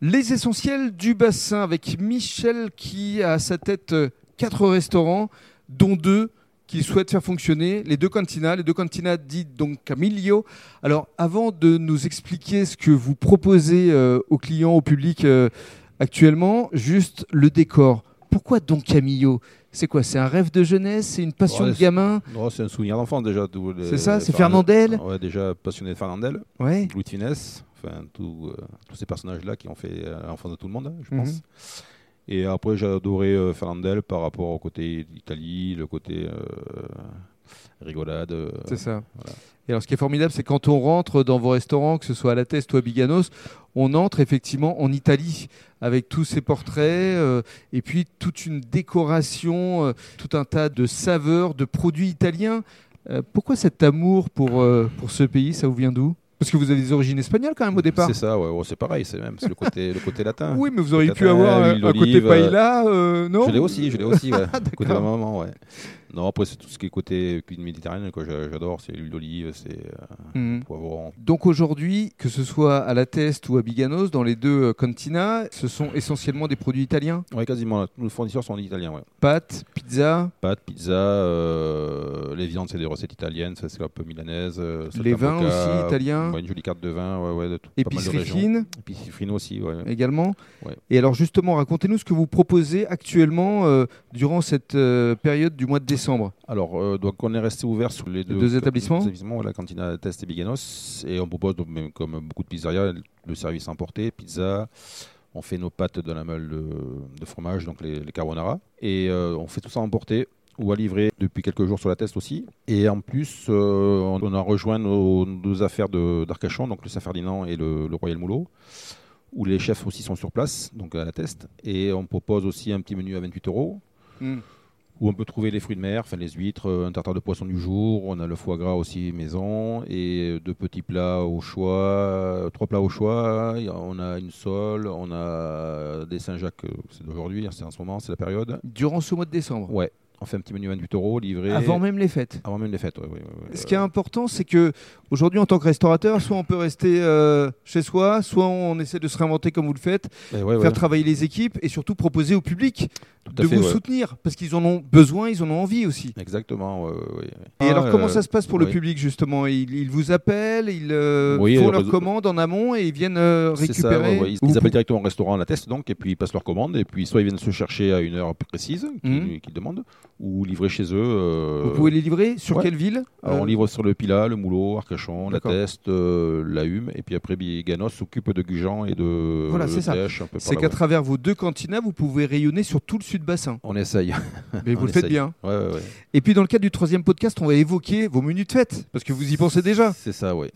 Les essentiels du bassin avec Michel qui a à sa tête euh, quatre restaurants, dont deux qu'il souhaite faire fonctionner, les deux cantinas, les deux cantinas dites donc Camilio. Alors avant de nous expliquer ce que vous proposez euh, aux clients, au public euh, actuellement, juste le décor. Pourquoi Don Camillo C'est quoi C'est un rêve de jeunesse C'est une passion Ouais, de c'est- gamin Non, Oh, c'est un souvenir d'enfance déjà. d'où le- C'est ça, c'est Fernan- Fernandel Ouais, déjà passionné de Fernandel, Ouais. Louis de Funès, enfin tout, euh, tous ces personnages-là qui ont fait euh, l'enfance de tout le monde, hein, je Mhm. pense. Et après, j'ai adoré euh, Fernandel par rapport au côté Italie, le côté euh, rigolade. euh, C'est ça. voilà. Et alors, ce qui est formidable, c'est quand on rentre dans vos restaurants, que ce soit à la Teste ou à Biganos, on entre effectivement en Italie avec tous ces portraits euh, et puis toute une décoration, euh, tout un tas de saveurs, de produits italiens. Euh, pourquoi cet amour pour, euh, pour ce pays Ça vous vient d'où Parce que vous avez des origines espagnoles quand même au départ. C'est ça, ouais, ouais, c'est pareil, c'est même c'est le côté, le côté latin. Oui, mais vous auriez pu Tatin, avoir euh, huile un côté d'olive, euh, paella, euh, non Ah, Je l'ai aussi, je l'ai aussi, ouais. côté de d'accord. la maman, ouais. Non, après, c'est tout ce qui est côté cuisine méditerranéenne, quoi, j'a- j'adore. C'est l'huile d'olive, c'est euh, Mhm. poivron. Donc aujourd'hui, que ce soit à la Teste ou à Biganos, dans les deux euh, cantinas, ce sont essentiellement des produits italiens. Ouais, quasiment, là, tous nos fournisseurs sont italiens, ouais. Pâtes, pizza, Pâtes, pizza, euh, les viandes, c'est des recettes italiennes, ça c'est un peu milanaise. euh, c'est les un vins vodka, aussi italiens, ouais, une jolie carte de vin, ouais, ouais, de tout, pas mal de épicerie régions. fine Épicerie fine aussi, ouais. également. Ouais. Et alors justement, racontez-nous ce que vous proposez actuellement euh, durant cette euh, période du mois de décembre. Alors, euh, donc on est resté ouvert sur les deux, deux établissements la cantina Test et Biganos. Et on propose, donc, même comme beaucoup de pizzerias, le service emporté, pizza. On fait nos pâtes de la meule de, de fromage, donc les, les carbonara. Et euh, on fait tout ça emporté ou à livrer depuis quelques jours sur la Test aussi. Et en plus, euh, on, on a rejoint nos, nos deux affaires de- d'Arcachon, donc le Saint-Ferdinand et le, le Royal Moulot où les chefs aussi sont sur place, donc à la Test. Et on propose aussi un petit menu à 28 euros où on peut trouver les fruits de mer, enfin les huîtres, euh, un tartare de poisson du jour, on a le foie gras aussi maison, et euh, deux petits plats au choix, euh, trois plats au choix, y a- on a une sole, on a des Saint-Jacques, euh, c'est d'aujourd'hui, hein, c'est en ce moment, c'est la période. Durant ce mois de décembre, Ouais, on fait un petit menu 28 euros, livré avant même les fêtes. avant même les fêtes. ouais, ouais, ouais, ouais. Ce qui est important, c'est que aujourd'hui, en tant que restaurateur, soit on peut rester euh, chez soi, soit on essaie de se réinventer comme vous le faites, Ouais, ouais, faire ouais, travailler les équipes et surtout proposer au public tout à de fait, vous ouais. soutenir parce qu'ils en ont besoin, ils en ont envie aussi. Exactement. ouais, ouais, ouais. Et Ah, alors, comment euh, ça se passe pour le oui. public justement ils, ils vous appellent, ils euh, Oui, font euh, leurs bah, commandes en amont et ils viennent euh, C'est récupérer. ça, ouais, ouais. Ils, Vous ils pouvez- appellent directement au restaurant à la test, donc, et puis ils passent leur commande, et puis soit ils viennent se chercher à une heure précise qu'ils Mhm. qu'ils demandent, ou livrer chez eux. euh, Vous pouvez les livrer sur ouais. quelle ville alors, Euh, on livre sur le Pila, le Moulot, Arcachon, la D'accord. Teste, euh, la Hume, et puis après Biganos s'occupe de Gujan et de Voilà, c'est ça. Dèche, un peu par C'est là, qu'à ouais. travers vos deux cantinas, vous pouvez rayonner sur tout le sud-bassin. On essaye. Mais On vous le faites essaye. bien. Ouais, ouais, ouais. Et puis, dans le cadre du troisième podcast, on va évoquer vos menus de fête, parce que vous y pensez déjà. C'est ça, oui.